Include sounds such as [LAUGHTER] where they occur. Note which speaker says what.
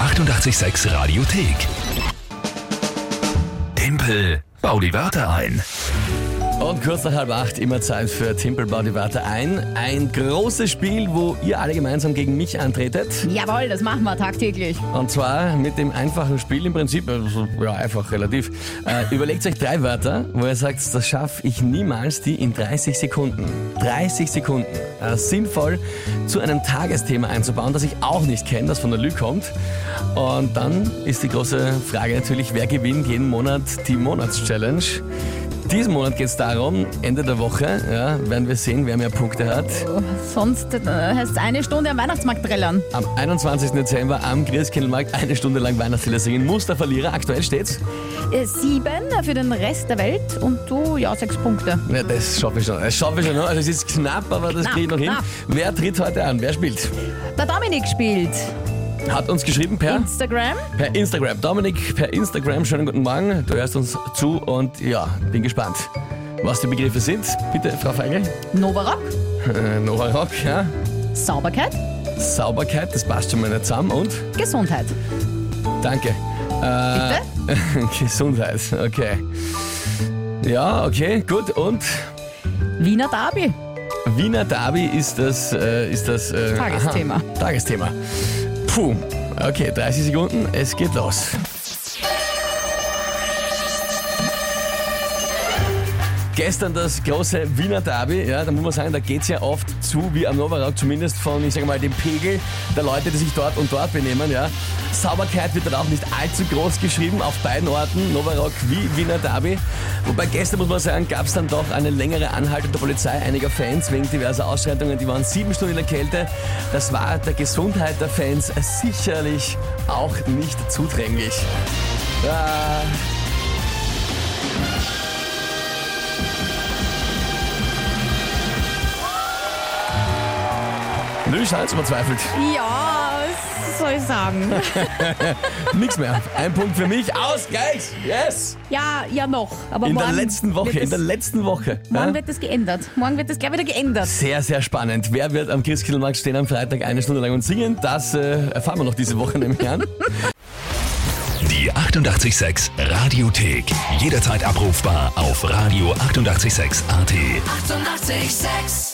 Speaker 1: 886 Radiothek. Tempel, bau die Wörter ein.
Speaker 2: Und kurz nach halb acht immer Zeit für Timpel bau die Wörter ein. Ein großes Spiel, wo ihr alle gemeinsam gegen mich antretet.
Speaker 3: Jawohl, das machen wir tagtäglich.
Speaker 2: Und zwar mit dem einfachen Spiel im Prinzip, also, ja einfach relativ. Äh, überlegt euch drei Wörter, wo ihr sagt, das schaffe ich niemals, die in 30 Sekunden, 30 Sekunden äh, sinnvoll zu einem Tagesthema einzubauen, das ich auch nicht kenne, das von der Lü kommt. Und dann ist die große Frage natürlich, wer gewinnt jeden Monat die Monatschallenge? Diesen Monat geht es darum, Ende der Woche ja, werden wir sehen, wer mehr Punkte hat.
Speaker 3: Sonst äh, heißt es eine Stunde am Weihnachtsmarkt trällern.
Speaker 2: Am 21. Dezember am Christkindlmarkt eine Stunde lang Weihnachtslieder singen. Muss der Verlierer, aktuell steht's.
Speaker 3: Äh, sieben äh, für den Rest der Welt und du, ja, sechs Punkte.
Speaker 2: Ja, das schaffe ich schon. Das schaffe ich schon. Also es ist knapp, aber das
Speaker 3: Knapp,
Speaker 2: kriege ich noch hin.
Speaker 3: knapp.
Speaker 2: Wer tritt heute an? Wer spielt?
Speaker 3: Der Dominik spielt
Speaker 2: Hat uns geschrieben
Speaker 3: Ah.
Speaker 2: per,
Speaker 3: Instagram.
Speaker 2: per Instagram. Dominik per Instagram, schönen guten Morgen. Du hörst uns zu und ja, bin gespannt. Was die Begriffe sind, bitte, Frau Feige.
Speaker 3: Novarock,
Speaker 2: Äh, Nora Rock, ja.
Speaker 3: Sauberkeit,
Speaker 2: Sauberkeit, das passt schon mal nicht zusammen. Und?
Speaker 3: Gesundheit.
Speaker 2: Danke.
Speaker 3: Ah.
Speaker 2: Äh, [LAUGHS] Gesundheit, okay. Ja, okay, gut. Und
Speaker 3: Wiener Derby.
Speaker 2: Wiener Derby ist das, äh, ist das äh,
Speaker 3: Tagesthema.
Speaker 2: Aha, Tagesthema. Puh. Okay, 30 Sekunden, es geht los. Gestern das große Wiener Derby, ja, da muss man sagen, da geht's ja oft zu, wie am Novarack zumindest von, ich sage mal, dem Pegel der Leute, die sich dort und dort benehmen. Ja. Sauberkeit wird dann auch nicht allzu groß geschrieben, auf beiden Orten, Novarack wie Wiener Derby. Wobei gestern, muss man sagen, gab's dann doch eine längere Anhaltung der Polizei einiger Fans wegen diverser Ausschreitungen. Die waren sieben Stunden in der Kälte. Das war der Gesundheit der Fans sicherlich auch nicht zudringlich. Ah. Nö, Schalz überzweifelt.
Speaker 3: Ja, was soll ich sagen? [LAUGHS]
Speaker 2: Nix mehr. Ein Punkt für mich. Ausgleich. Yes.
Speaker 3: ja, ja noch. Aber
Speaker 2: In der
Speaker 3: morgen
Speaker 2: letzten Woche.
Speaker 3: Wird
Speaker 2: In der
Speaker 3: das,
Speaker 2: letzten Woche.
Speaker 3: morgen
Speaker 2: Ja?
Speaker 3: wird das geändert. Morgen wird das gleich wieder geändert.
Speaker 2: Sehr, sehr spannend. Wer wird am Christkindlmarkt stehen am Freitag eine Stunde lang und singen? Das äh, erfahren wir noch diese Woche nämlich an.
Speaker 1: Die 886 Radiothek. Jederzeit abrufbar auf radio886.at. 886! 886.
Speaker 4: 886